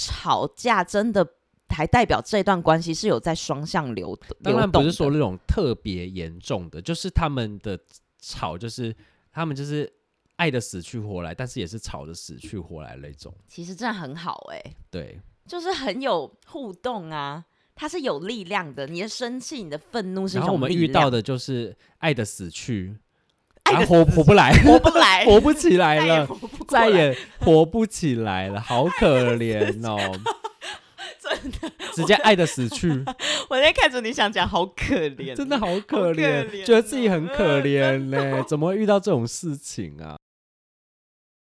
吵架真的还代表这段关系是有在双向流当流然动的。不是说那种特别严重的，就是他们的吵，就是他们就是爱的死去活来，但是也是吵的死去活来那种。其实真的很好哎、对，就是很有互动啊，它是有力量的。你的生气、你的愤怒是一然后我种们力遇到量，的就是爱的死去，爱啊的活活不来， 活不来， 活不起来再也 了，活不过来再也活不起来了，好可怜哦， 真的。直接爱的死去，我在看着你想讲，好可怜，哦真的好可可怜，怜觉得自己哦很可怜呢，怎么会遇到这种事情啊？